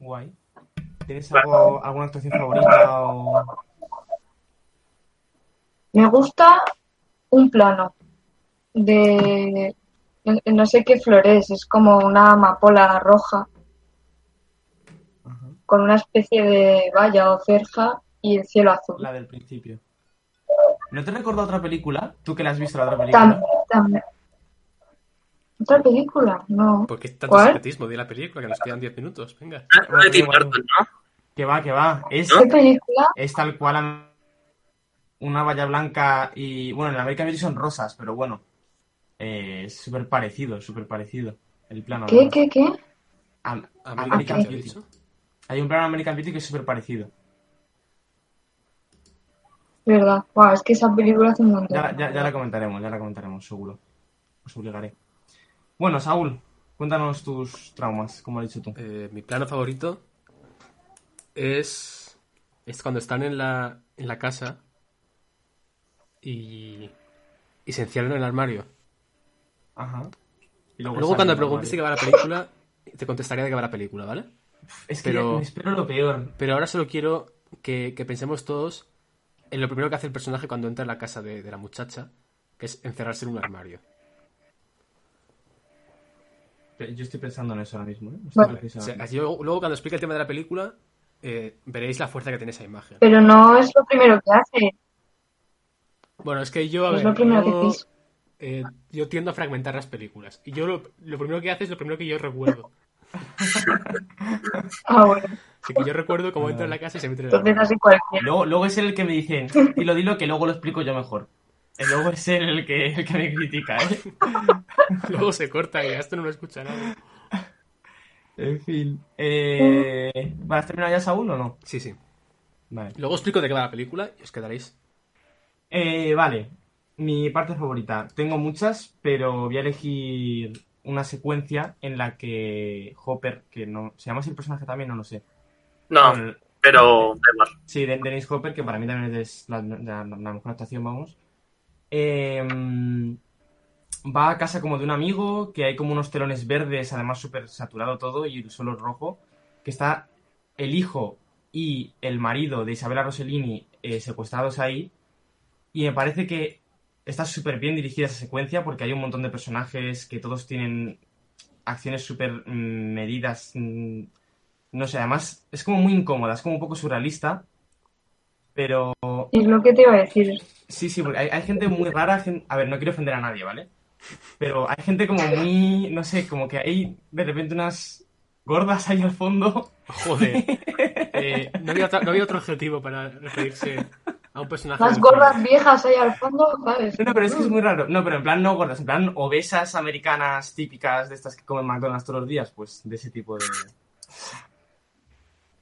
[SPEAKER 3] Guay. ¿Tienes algo, alguna actuación favorita o...?
[SPEAKER 11] Me gusta un plano de no- no sé qué flores, es como una amapola roja
[SPEAKER 3] Ajá.
[SPEAKER 11] con una especie de valla o cerja y el cielo azul.
[SPEAKER 3] La del principio. ¿No te recuerda otra película? ¿Tú que la has visto la otra
[SPEAKER 11] También,
[SPEAKER 3] película?
[SPEAKER 11] también. ¿Otra película? No.
[SPEAKER 10] Porque tanto
[SPEAKER 11] ¿Cuál?
[SPEAKER 10] secretismo de la película que nos quedan 10 minutos, venga.
[SPEAKER 9] Ah, no, de Tim
[SPEAKER 3] Bueno,
[SPEAKER 9] Burton, ¿no?
[SPEAKER 3] Que va, que va. Es,
[SPEAKER 11] ¿Qué película?
[SPEAKER 3] es tal cual am- una valla blanca y. Bueno, en América Beauty son rosas, pero bueno. Eh, es súper parecido, súper parecido. El plano.
[SPEAKER 11] ¿Qué,
[SPEAKER 3] además.
[SPEAKER 11] qué, qué?
[SPEAKER 3] Am-
[SPEAKER 10] América,
[SPEAKER 3] American
[SPEAKER 10] ¿qué te ha
[SPEAKER 3] Beauty.
[SPEAKER 10] dicho?
[SPEAKER 3] Hay un plano en American Beauty que es súper parecido.
[SPEAKER 11] Verdad. Guau, es que esa película hace un montón.
[SPEAKER 3] Ya, la- ya, ya la comentaremos, ya la comentaremos, seguro. Os obligaré. Bueno, Saúl, Cuéntanos tus traumas, como has dicho tú.
[SPEAKER 10] Eh, mi plano favorito es, es cuando están en la, en la casa y, y se encierran en el armario.
[SPEAKER 3] Ajá. Y
[SPEAKER 10] Luego cuando
[SPEAKER 3] salen,
[SPEAKER 10] preguntes de qué
[SPEAKER 3] vale.
[SPEAKER 10] va la película, te contestaré de qué va la película, ¿vale?
[SPEAKER 3] Es que
[SPEAKER 10] pero-
[SPEAKER 3] me espero lo peor.
[SPEAKER 10] Pero ahora solo quiero que, que pensemos todos en lo primero que hace el personaje cuando entra en la casa de, de la muchacha, que es encerrarse en un armario.
[SPEAKER 3] Pero Yo estoy pensando en eso ahora mismo. ¿eh? Estoy
[SPEAKER 11] Vale.
[SPEAKER 10] O
[SPEAKER 3] precisamente.
[SPEAKER 10] sea, así luego, luego cuando explique el tema de la película, eh, veréis la fuerza que tiene esa imagen.
[SPEAKER 11] Pero no es lo primero que hace.
[SPEAKER 10] Bueno, es que yo, a
[SPEAKER 11] Es
[SPEAKER 10] ver,
[SPEAKER 11] pues lo primero que
[SPEAKER 10] yo,
[SPEAKER 11] pienso.
[SPEAKER 10] eh, yo tiendo a fragmentar las películas. Y yo lo, lo primero que hace es lo primero que yo recuerdo.
[SPEAKER 11] Ah, bueno.
[SPEAKER 10] Así que yo recuerdo cómo entra en la casa y se mete en el
[SPEAKER 11] Entonces
[SPEAKER 10] armario.
[SPEAKER 11] así cualquiera.
[SPEAKER 3] Luego, luego es él el que me dice, dilo, dilo, que luego lo explico yo mejor. Y luego es él el que, el que me critica, ¿eh?
[SPEAKER 10] Luego se corta y esto no lo escucha nadie.
[SPEAKER 3] En fin. Eh, ¿Vas a terminar ya, Saúl, o no?
[SPEAKER 10] Sí, sí.
[SPEAKER 3] Vale.
[SPEAKER 10] Luego explico de qué va la película y os quedaréis.
[SPEAKER 3] Eh, vale. Mi parte favorita. Tengo muchas, pero voy a elegir una secuencia en la que Hopper, que no... ¿Se llama así el personaje también? No lo sé.
[SPEAKER 9] No,
[SPEAKER 3] Bueno,
[SPEAKER 9] pero da igual.
[SPEAKER 3] Sí, Den- Dennis Hopper, que para mí también es la, la- la mejor actuación, vamos. Eh, va a casa como de un amigo, que hay como unos telones verdes, además súper saturado todo, y el suelo es rojo, que está el hijo y el marido de Isabella Rossellini eh, secuestrados ahí. Y me parece que está súper bien dirigida esa secuencia, porque hay un montón de personajes que todos tienen acciones súper mm, medidas, mm, no sé, además es como muy incómoda, es como un poco surrealista, pero
[SPEAKER 11] Es lo que te iba a decir.
[SPEAKER 3] sí, sí, porque hay, hay gente muy rara, gen- a ver, no quiero ofender a nadie, ¿vale? Pero hay gente como muy, no sé, como que hay de repente unas gordas ahí al fondo.
[SPEAKER 10] Joder. Eh, no, había otra- no había otro objetivo para referirse a un personaje.
[SPEAKER 11] Las
[SPEAKER 10] de un
[SPEAKER 11] gordas
[SPEAKER 10] cómic.
[SPEAKER 11] viejas ahí al fondo, ¿sabes?
[SPEAKER 3] No, pero es que es muy raro. No, pero en plan no gordas, en plan obesas americanas típicas de estas que comen McDonald's todos los días, pues de ese tipo de...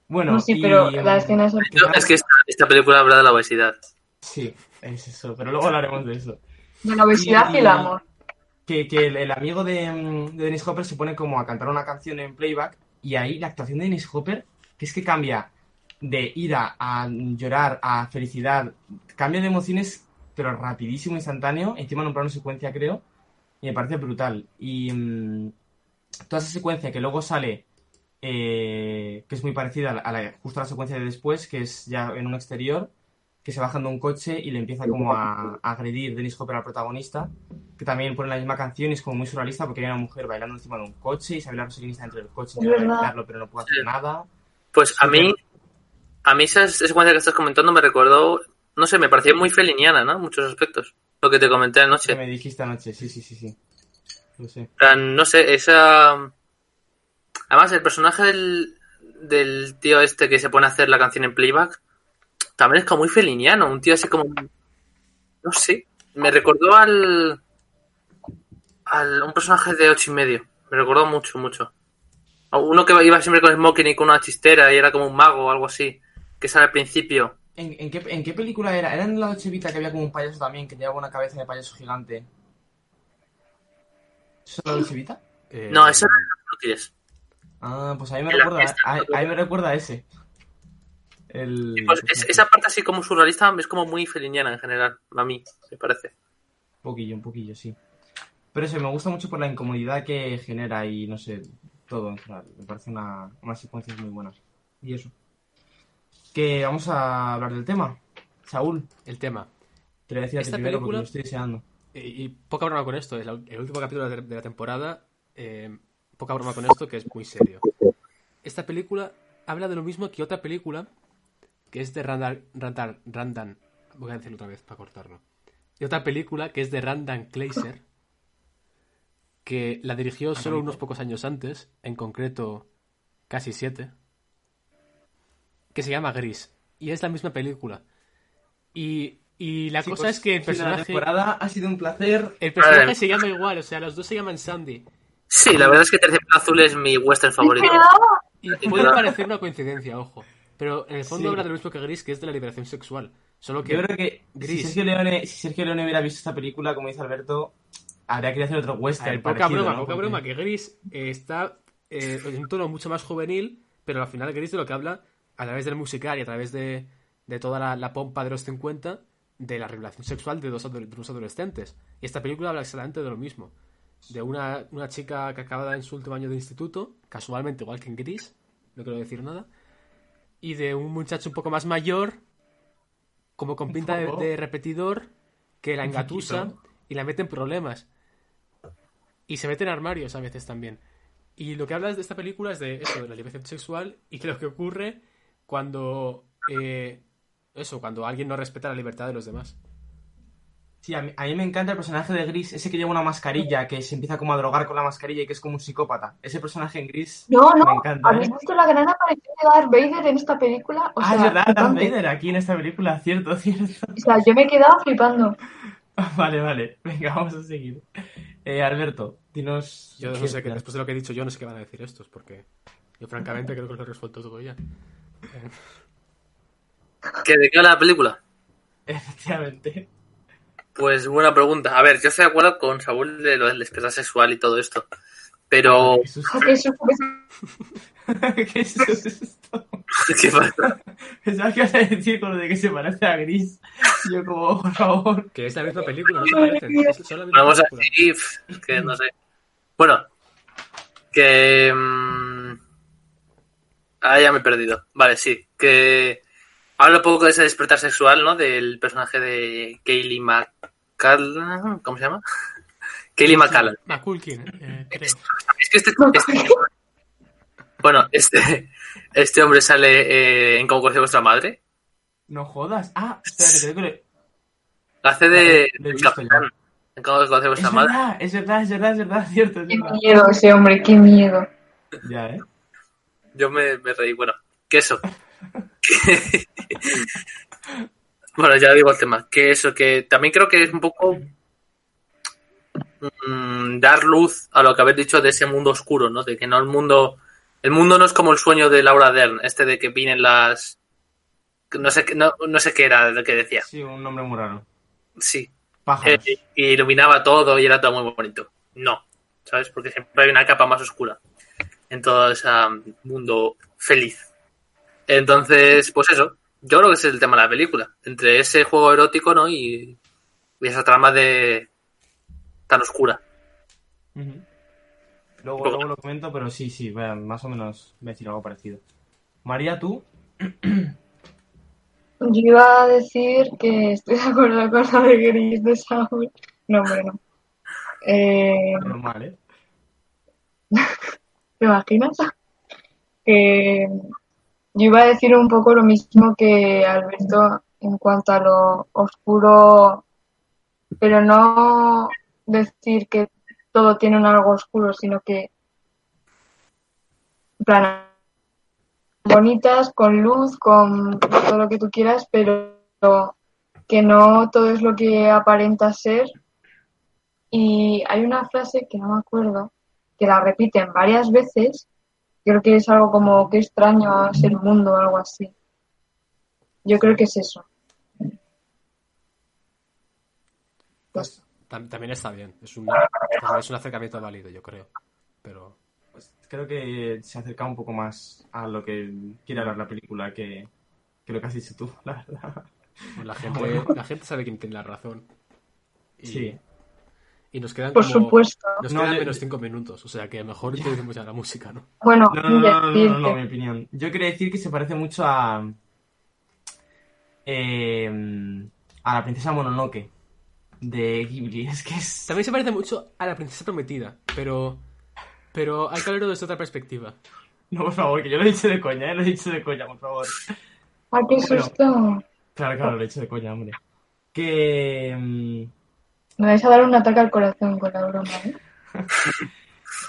[SPEAKER 3] Bueno,
[SPEAKER 11] No, sí,
[SPEAKER 3] y- mm,
[SPEAKER 11] pero la escena es...
[SPEAKER 3] Yo-
[SPEAKER 9] Es que esta, esta película habla de la obesidad.
[SPEAKER 3] Sí, es eso, pero luego hablaremos de eso.
[SPEAKER 11] De la obesidad y el amor.
[SPEAKER 3] que, que el, el amigo de, mm, de Dennis Hopper se pone como a cantar una canción en playback y ahí la actuación de Dennis Hopper, que es que cambia de ira a llorar a felicidad, cambia de emociones pero rapidísimo, instantáneo, encima en un plano secuencia creo, y me parece brutal. Y mm, toda esa secuencia que luego sale, eh, que es muy parecida a la, a la- justo a la secuencia de después, que es ya en un exterior, que se bajan de un coche y le empieza como a, a agredir Dennis Hopper al protagonista que también ponen la misma canción y es como muy surrealista porque hay una mujer bailando encima de un coche y Isabel Rossellini está dentro del coche
[SPEAKER 11] Es
[SPEAKER 3] intenta
[SPEAKER 11] verdad.
[SPEAKER 3] evitarlo pero no puede hacer nada
[SPEAKER 9] Pues a mí, a mí esa, esa secuencia que estás comentando me recordó, no sé, me parecía muy feliniana, ¿no? En muchos aspectos. Lo que te comenté
[SPEAKER 3] que
[SPEAKER 9] anoche.
[SPEAKER 3] me dijiste anoche sí sí sí sí no sé
[SPEAKER 9] En plan, no sé, esa... Además, el personaje del, del tío este que se pone a hacer la canción en playback también es como muy feliniano. Un tío así como... No sé. Me recordó al... al un personaje de ocho y medio. Me recordó mucho, mucho. A Uno que iba siempre con smoking y con una chistera y era como un mago o algo así. Que sale al principio.
[SPEAKER 3] ¿En, en qué, en qué película era? Era en la Dolce Vita que había como un payaso también que llevaba una cabeza de payaso gigante ¿eso es la Dolce Vita?
[SPEAKER 10] Eh,
[SPEAKER 9] No, eso era las frutillas.
[SPEAKER 3] ah pues a mí me
[SPEAKER 9] En la
[SPEAKER 3] recuerda
[SPEAKER 9] fiesta.
[SPEAKER 3] a, a mí me recuerda a ese el
[SPEAKER 9] Pues es- esa parte así como surrealista es como muy feliniana en general, a mí, me parece.
[SPEAKER 3] Un poquillo, un poquillo, sí. Pero eso, me gusta mucho por la incomodidad que genera y no sé, todo en general. Me parece una, unas secuencias muy buenas. Y eso. Que vamos a hablar del tema. Saúl,
[SPEAKER 10] El tema.
[SPEAKER 3] te lo decía a ti
[SPEAKER 10] Esta
[SPEAKER 3] primero porque
[SPEAKER 10] película-
[SPEAKER 3] lo estoy deseando.
[SPEAKER 10] Eh, Y, y poca broma con esto. Es la- el último capítulo de la, de la temporada. eh, poca broma con esto, que es muy serio. Esta película habla de lo mismo que otra película, que es de Randall. Randall. Randall voy a decirlo otra vez para cortarlo. Y otra película que es de Randall Kleiser, que la dirigió solo unos pocos años antes, en concreto casi siete, que se llama Gris. Y es la misma película. Y, y la cosa
[SPEAKER 3] Chicos,
[SPEAKER 10] es que
[SPEAKER 3] ha
[SPEAKER 10] el
[SPEAKER 3] sido pues, la
[SPEAKER 10] personaje.
[SPEAKER 3] temporada ha sido un placer.
[SPEAKER 10] El personaje
[SPEAKER 9] Vale.
[SPEAKER 10] se llama igual, o sea, los dos se llaman Sandy.
[SPEAKER 9] Sí, la verdad es que Terciopelo Azul es mi western favorito.
[SPEAKER 11] Es verdad.
[SPEAKER 10] Y puede parecer una coincidencia, ojo. Pero en el fondo
[SPEAKER 3] Sí.
[SPEAKER 10] habla de lo mismo que Gris, que es de la liberación sexual. Solo que
[SPEAKER 3] Yo creo que si
[SPEAKER 10] Gris.
[SPEAKER 3] Sergio, Leone, si Sergio Leone hubiera visto esta película, como dice Alberto, Habría que hacer otro
[SPEAKER 10] A
[SPEAKER 3] western.
[SPEAKER 10] ver, poca
[SPEAKER 3] parecido,
[SPEAKER 10] broma,
[SPEAKER 3] ¿no?
[SPEAKER 10] poca
[SPEAKER 3] Porque-
[SPEAKER 10] broma, que Gris eh, está eh, en un tono mucho más juvenil, pero al final Gris de lo que habla, a través del musical y a través de, de toda la, la pompa de los 50, de la relación sexual de dos, adole- de unos adolescentes. Y esta película habla exactamente de lo mismo. De una, una chica que acaba en su último año de instituto, casualmente igual que en Gris, no quiero decir nada, y de un muchacho un poco más mayor, como con pinta de,
[SPEAKER 3] poco.
[SPEAKER 10] de repetidor, que la
[SPEAKER 3] Un
[SPEAKER 10] engatusa
[SPEAKER 3] poquito.
[SPEAKER 10] y la mete en problemas. Y se mete en armarios a veces también. Y lo que hablas de esta película es de eso, de la liberación sexual y que lo que ocurre cuando. eh, eso, cuando alguien no respeta la libertad de los demás.
[SPEAKER 3] Sí, a mí, a mí me encanta el personaje de Gris, ese que lleva una mascarilla, que se empieza como a drogar con la mascarilla y que es como un psicópata. Ese personaje en Gris
[SPEAKER 11] No, no,
[SPEAKER 3] me encanta.
[SPEAKER 11] ¿habéis
[SPEAKER 3] ¿eh?
[SPEAKER 11] visto la gran aparición de Darth Vader en esta película? O
[SPEAKER 3] ah,
[SPEAKER 11] sea,
[SPEAKER 3] es verdad, Darth
[SPEAKER 11] flipante.
[SPEAKER 3] Vader aquí en esta película, cierto, cierto.
[SPEAKER 11] O sea, yo me he quedado flipando.
[SPEAKER 3] Vale, vale, venga, vamos a seguir. Eh, Alberto, dinos.
[SPEAKER 10] Yo
[SPEAKER 3] qué
[SPEAKER 10] no sé, que
[SPEAKER 3] opinas.
[SPEAKER 10] después de lo que he dicho yo, no sé qué van a decir estos, porque yo francamente creo que lo he resuelto todo ya.
[SPEAKER 9] ¿Que ¿De qué habla la película?
[SPEAKER 3] Efectivamente.
[SPEAKER 9] Pues buena pregunta. A ver, yo estoy de acuerdo con Saúl de lo de la libertad sexual y todo esto. Pero.
[SPEAKER 3] Qué susto.
[SPEAKER 11] Ah, qué susto, qué susto.
[SPEAKER 3] Qué susto.
[SPEAKER 9] ¿Qué pasa?
[SPEAKER 3] Pensaba que ibas a decir con lo de que se parece a Gris. Yo, como, "Oh, por favor.
[SPEAKER 10] Que es la misma película, no se parecen. Es solamente
[SPEAKER 9] Vamos a
[SPEAKER 10] película.
[SPEAKER 9] decir. pf, Que no sé. Bueno. Que. mm, ah, ya me he perdido. Vale, sí. Que. Habla un poco de ese despertar sexual, ¿no? Del personaje de Kaylee McCall. ¿Cómo se llama? Kaylee McCall.
[SPEAKER 10] McCulkin, eh, creo.
[SPEAKER 9] Es que este, este- bueno, este, este hombre sale eh, en Cómo conocí a vuestra madre.
[SPEAKER 3] No jodas. Ah, espérate, creo que lo-
[SPEAKER 9] Hace
[SPEAKER 3] Lo
[SPEAKER 9] de
[SPEAKER 3] he
[SPEAKER 9] del
[SPEAKER 3] visto
[SPEAKER 9] capitán. En Cómo conocí a vuestra
[SPEAKER 3] Es
[SPEAKER 9] madre.
[SPEAKER 3] verdad, es verdad, es verdad, es verdad, cierto, es
[SPEAKER 11] Qué
[SPEAKER 3] verdad.
[SPEAKER 11] miedo ese hombre, qué miedo.
[SPEAKER 3] Ya, ¿eh?
[SPEAKER 9] Yo me, me reí. Bueno, que eso. Que- bueno, ya digo el tema. Que eso, que también creo que es un poco mm, dar luz a lo que habéis dicho de ese mundo oscuro, ¿no? De que no el mundo. El mundo no es como el sueño de Laura Dern, este de que vienen las. No sé, qué- no, no sé qué era lo que decía.
[SPEAKER 3] Sí, un nombre muy raro.
[SPEAKER 9] Sí,
[SPEAKER 3] Pájaros.
[SPEAKER 9] Eh, y iluminaba todo y era todo muy bonito. No, ¿sabes? Porque siempre hay una capa más oscura en todo ese um, mundo feliz. Entonces, pues eso, yo creo que ese es el tema de la película. Entre ese juego erótico, ¿no? Y, y esa trama de tan oscura.
[SPEAKER 3] Ujú. Luego,
[SPEAKER 9] Poco.
[SPEAKER 3] luego lo comento, pero sí, sí, vea, más o menos voy a decir algo parecido. María, tú,
[SPEAKER 11] Yo iba a decir que estoy de acuerdo con la de Gris de Saúl. No, hombre, no. Eh,
[SPEAKER 3] normal, ¿eh?
[SPEAKER 11] ¿Te imaginas? Que yo iba a decir un poco lo mismo que Alberto en cuanto a lo oscuro, pero no decir que todo tiene un algo oscuro, sino que en plan bonitas, con luz, con todo lo que tú quieras, pero que no todo es lo que aparenta ser. Y hay una frase que no me acuerdo, que la repiten varias veces, creo que es algo como que extraño es el mundo o algo así. Yo creo que es eso. Pues,
[SPEAKER 10] Tam- También está bien. Es, una,
[SPEAKER 11] Ah,
[SPEAKER 10] es un acercamiento válido, yo creo. Pero.
[SPEAKER 3] Pues creo que se acerca un poco más a lo que quiere hablar la película que, que lo que has dicho tú, la verdad.
[SPEAKER 10] Pues La gente,
[SPEAKER 3] Bueno.
[SPEAKER 10] la gente sabe quién tiene la razón. Y,
[SPEAKER 3] Sí.
[SPEAKER 10] y nos quedan
[SPEAKER 11] por
[SPEAKER 10] como-
[SPEAKER 11] supuesto.
[SPEAKER 10] Nos
[SPEAKER 3] No,
[SPEAKER 10] quedan
[SPEAKER 3] yo-
[SPEAKER 10] menos cinco minutos. O sea que mejor introducimos ya la música, ¿no?
[SPEAKER 11] Bueno,
[SPEAKER 3] No, no, no, no, no,
[SPEAKER 11] decir
[SPEAKER 3] no, no,
[SPEAKER 11] que-
[SPEAKER 3] mi opinión. Yo quería decir que se parece mucho a. eh, a la princesa Mononoke de Ghibli. Es que es.
[SPEAKER 10] También se parece mucho a la princesa prometida, pero. Pero hay que verlo desde otra perspectiva.
[SPEAKER 3] No, por favor, que yo lo he dicho de coña, eh, lo he dicho de coña, por favor.
[SPEAKER 11] ¡Ah, qué susto!
[SPEAKER 3] Claro, claro, lo he hecho de coña, hombre. Que. mm,
[SPEAKER 11] Me vais a dar un ataque al corazón con la broma, ¿eh?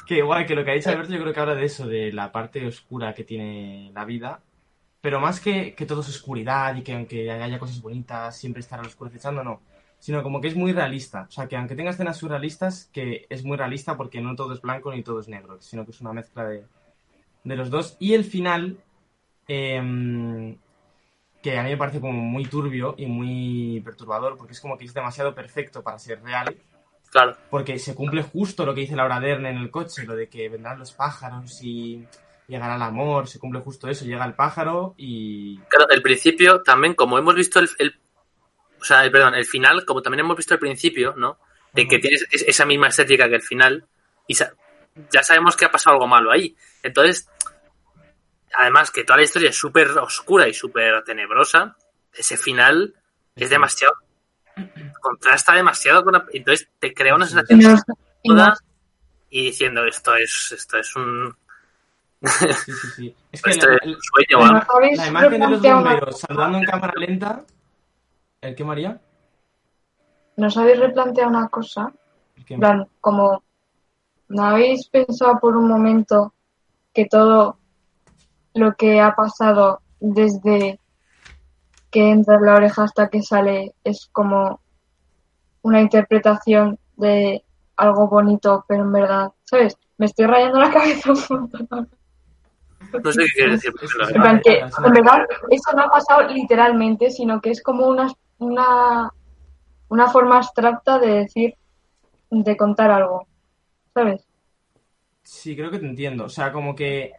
[SPEAKER 3] Que igual, que lo que ha dicho Alberto, yo creo que habla de eso, de la parte oscura que tiene la vida. Pero más que, que todo es oscuridad y que aunque haya cosas bonitas, siempre estará lo oscuro acechando, no. Sino como que es muy realista. O sea, que aunque tenga escenas surrealistas, que es muy realista porque no todo es blanco ni todo es negro, sino que es una mezcla de, de los dos. Y el final, em, que a mí me parece como muy turbio y muy perturbador, porque es como que es demasiado perfecto para ser real
[SPEAKER 9] Claro.
[SPEAKER 3] Porque se cumple justo lo que dice Laura Dern en el coche, lo de que vendrán los pájaros y llegará el amor, se cumple justo eso, llega el pájaro y...
[SPEAKER 9] Claro, el principio también, como hemos visto el, el- o sea, el- perdón, el final, como también hemos visto el principio, ¿no? De que tienes es- esa misma estética que el final y sa- ya sabemos que ha pasado algo malo ahí. Entonces, además que toda la historia es súper oscura y súper tenebrosa, ese final es demasiado contrasta demasiado con la, entonces te crea una sensación
[SPEAKER 11] Nos-
[SPEAKER 9] toda y diciendo esto es esto es un
[SPEAKER 3] Sí, sí, sí. Es que
[SPEAKER 9] esto
[SPEAKER 3] la,
[SPEAKER 9] es un sueño o algo.
[SPEAKER 11] nos habéis
[SPEAKER 3] la imagen de los
[SPEAKER 11] replanteado una-
[SPEAKER 3] bomberos saludando en cámara lenta... ¿El qué, María?
[SPEAKER 11] nos habéis replanteado una cosa.
[SPEAKER 3] ¿El qué?
[SPEAKER 11] En plan, como no habéis pensado por un momento que todo lo que ha pasado desde que entra en la oreja hasta que sale es como una interpretación de algo bonito, pero en verdad, ¿sabes? Me estoy rayando la cabeza un montón.
[SPEAKER 9] no sé qué quiere decir pero la
[SPEAKER 11] En
[SPEAKER 9] verdad,
[SPEAKER 11] plan que,
[SPEAKER 3] Vale, vale.
[SPEAKER 11] en verdad, eso no ha pasado literalmente, sino que es como una, una, una forma abstracta de decir, de contar algo, ¿sabes?
[SPEAKER 3] Sí, creo que te entiendo. O sea, como que...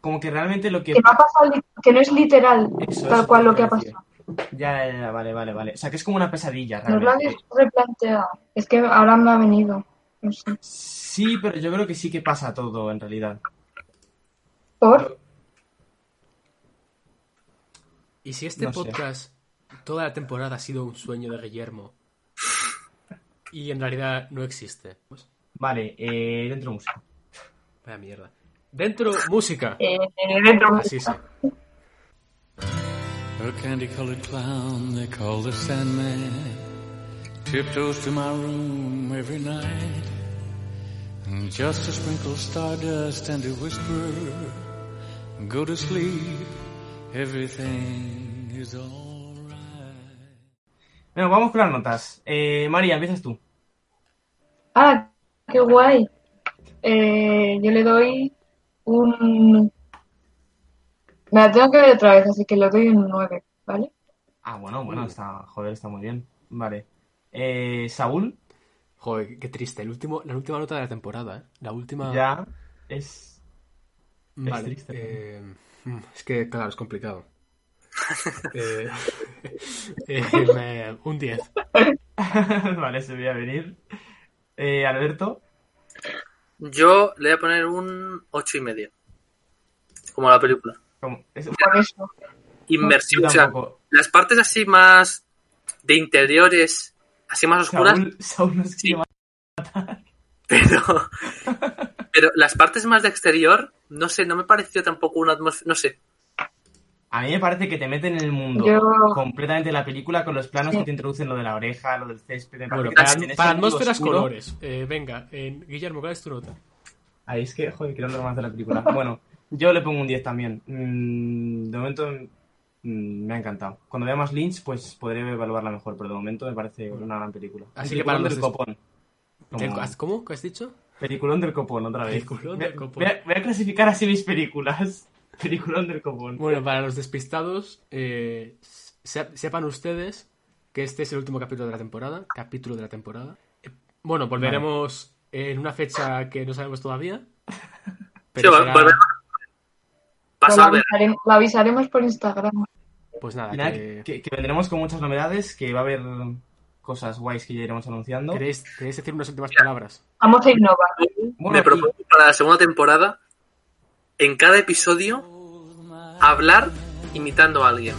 [SPEAKER 3] Como que realmente lo que...
[SPEAKER 11] Que no, ha pasado li- que no es literal
[SPEAKER 3] Eso,
[SPEAKER 11] tal
[SPEAKER 3] eso
[SPEAKER 11] cual
[SPEAKER 3] te
[SPEAKER 11] lo que ha
[SPEAKER 3] quiero decir.
[SPEAKER 11] pasado.
[SPEAKER 3] Ya, ya, ya, vale, vale, vale. O sea, que es como una pesadilla,
[SPEAKER 11] Nos lo habéis
[SPEAKER 3] realmente.
[SPEAKER 11] replanteado. Es que ahora me ha venido. No sé.
[SPEAKER 3] Sí, pero yo creo que sí que pasa todo, en realidad.
[SPEAKER 11] ¿Por?
[SPEAKER 10] ¿Y si este
[SPEAKER 3] No sé.
[SPEAKER 10] podcast, toda la temporada ha sido un sueño de Guillermo y en realidad no existe? Pues,
[SPEAKER 3] Vale, eh, dentro música.
[SPEAKER 10] vaya mierda. Dentro, música.
[SPEAKER 11] Eh, en el metro.
[SPEAKER 10] Así Ah, sí.
[SPEAKER 2] Her candy colored clown they call the Sandman tiptoes to my room every night. And just to sprinkle stardust and to whisper, go to sleep, everything is alright.
[SPEAKER 3] Bueno, vamos con las notas. Eh, María, empiezas tú.
[SPEAKER 11] Ah, qué guay. Eh, yo le doy un... Me la tengo que ver otra vez, así que le doy un 9, ¿vale?
[SPEAKER 3] Ah, bueno, bueno, está, joder, está muy bien. Vale. Eh, Saúl,
[SPEAKER 10] Joder, qué triste. El último, la última nota de la temporada, ¿eh? La última.
[SPEAKER 3] ya es...
[SPEAKER 10] Vale,
[SPEAKER 3] triste.
[SPEAKER 10] eh, mm, es que, claro, es complicado. Eh, eh, me- un 10.
[SPEAKER 3] vale, se veía venir. Eh, Alberto,
[SPEAKER 9] Yo le voy a poner un ocho y medio. Como la película.
[SPEAKER 3] ¿cómo? Es-
[SPEAKER 11] Por eso.
[SPEAKER 9] Inmersión.
[SPEAKER 3] Yo
[SPEAKER 9] O sea,
[SPEAKER 3] tampoco.
[SPEAKER 9] las partes así más de interiores, así más oscuras,
[SPEAKER 3] Saúl, Saúl nos
[SPEAKER 9] Sí.
[SPEAKER 3] quiere matar.
[SPEAKER 9] pero, pero las partes más de exterior, no sé, no me pareció tampoco una atmósfera, no sé.
[SPEAKER 3] A mí me parece que te meten en el mundo
[SPEAKER 11] Yo-
[SPEAKER 3] completamente la película con los planos
[SPEAKER 11] Sí.
[SPEAKER 3] que te introducen lo de la oreja, lo del césped. me parece
[SPEAKER 10] Bueno,
[SPEAKER 3] que
[SPEAKER 10] para,
[SPEAKER 3] te meten en ese
[SPEAKER 10] para
[SPEAKER 3] mundo
[SPEAKER 10] atmósferas
[SPEAKER 3] oscuro.
[SPEAKER 10] colores. Eh, venga, eh, Guillermo, ¿cuál es tu nota?
[SPEAKER 3] Ahí es que, joder, quiero hablar más de la película. Bueno, yo le pongo un 10 también. Mm, de momento mm, me ha encantado. Cuando vea más Lynch, pues podré evaluarla mejor, pero de momento me parece una gran película.
[SPEAKER 10] Así
[SPEAKER 3] Un
[SPEAKER 10] que para
[SPEAKER 3] peliculón
[SPEAKER 10] los
[SPEAKER 3] del
[SPEAKER 10] des-
[SPEAKER 3] copón.
[SPEAKER 10] Del-
[SPEAKER 3] Como-
[SPEAKER 10] ¿Cómo? ¿Qué has dicho?
[SPEAKER 3] Peliculón del copón, otra vez.
[SPEAKER 10] Peliculón
[SPEAKER 3] Voy a-
[SPEAKER 10] del copón.
[SPEAKER 3] Voy a, voy a clasificar así mis películas. Peliculón del copón.
[SPEAKER 10] Bueno, para los despistados, eh, se- sepan ustedes que este es el último capítulo de la temporada. Capítulo de la temporada. Eh, Bueno, volveremos en una fecha que no sabemos todavía. Pero
[SPEAKER 9] Sí, vol-
[SPEAKER 10] será-
[SPEAKER 9] volveremos. Pasó
[SPEAKER 11] Lo
[SPEAKER 9] al ver-
[SPEAKER 11] avisaremos, lo avisaremos por Instagram.
[SPEAKER 10] Pues nada,
[SPEAKER 3] Y nada,
[SPEAKER 10] que-
[SPEAKER 3] que, que vendremos con muchas novedades, que va a haber cosas guays que ya iremos anunciando.
[SPEAKER 10] ¿Queréis, queréis decir unas últimas palabras?
[SPEAKER 11] Vamos a innovar.
[SPEAKER 3] Bueno,
[SPEAKER 9] me propongo para la segunda temporada, en cada episodio, hablar imitando a alguien.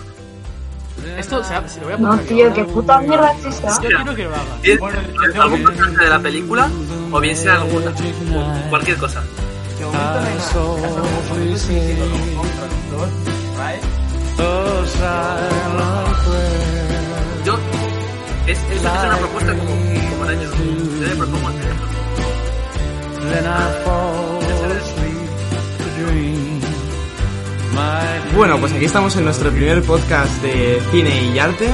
[SPEAKER 10] Esto se, se lo voy a
[SPEAKER 11] No,
[SPEAKER 10] apuntar yo.
[SPEAKER 11] tío, qué puta mierda es esa.
[SPEAKER 10] Yo quiero que lo haga.
[SPEAKER 9] Bien,
[SPEAKER 3] Bueno, eh,
[SPEAKER 9] algún personaje de la película o bien sea alguna, o cualquier cosa.
[SPEAKER 3] y de momento no hay nada. Ya solo hemos ido diciendo, ¿no? Un traductor, ¿vale?
[SPEAKER 9] Yo, es, es- es una propuesta como, como el año. Yo le propongo hacerlo.
[SPEAKER 3] Bueno, pues aquí estamos en nuestro primer podcast de cine y arte.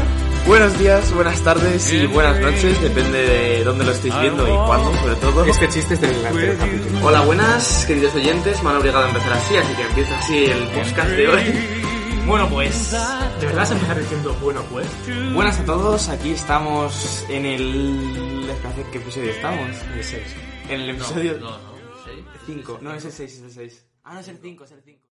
[SPEAKER 3] Buenos días, buenas tardes y buenas noches, depende de dónde lo estéis viendo y cuándo, sobre todo.
[SPEAKER 10] que chiste es del anterior capítulo.
[SPEAKER 3] Hola, buenas, queridos oyentes, me han obligado a empezar así, así que empiezo así el podcast de hoy. Bueno, pues.
[SPEAKER 10] ¿De verdad vas a empezar diciendo bueno pues?
[SPEAKER 3] Buenas a todos, aquí estamos en el. ¿Qué episodio estamos?
[SPEAKER 10] En el 6.
[SPEAKER 3] En el episodio
[SPEAKER 5] No, no, no. ¿Sí?
[SPEAKER 3] 5. No, es el 6, es el 6. Ah, no, es el 5, es el 5.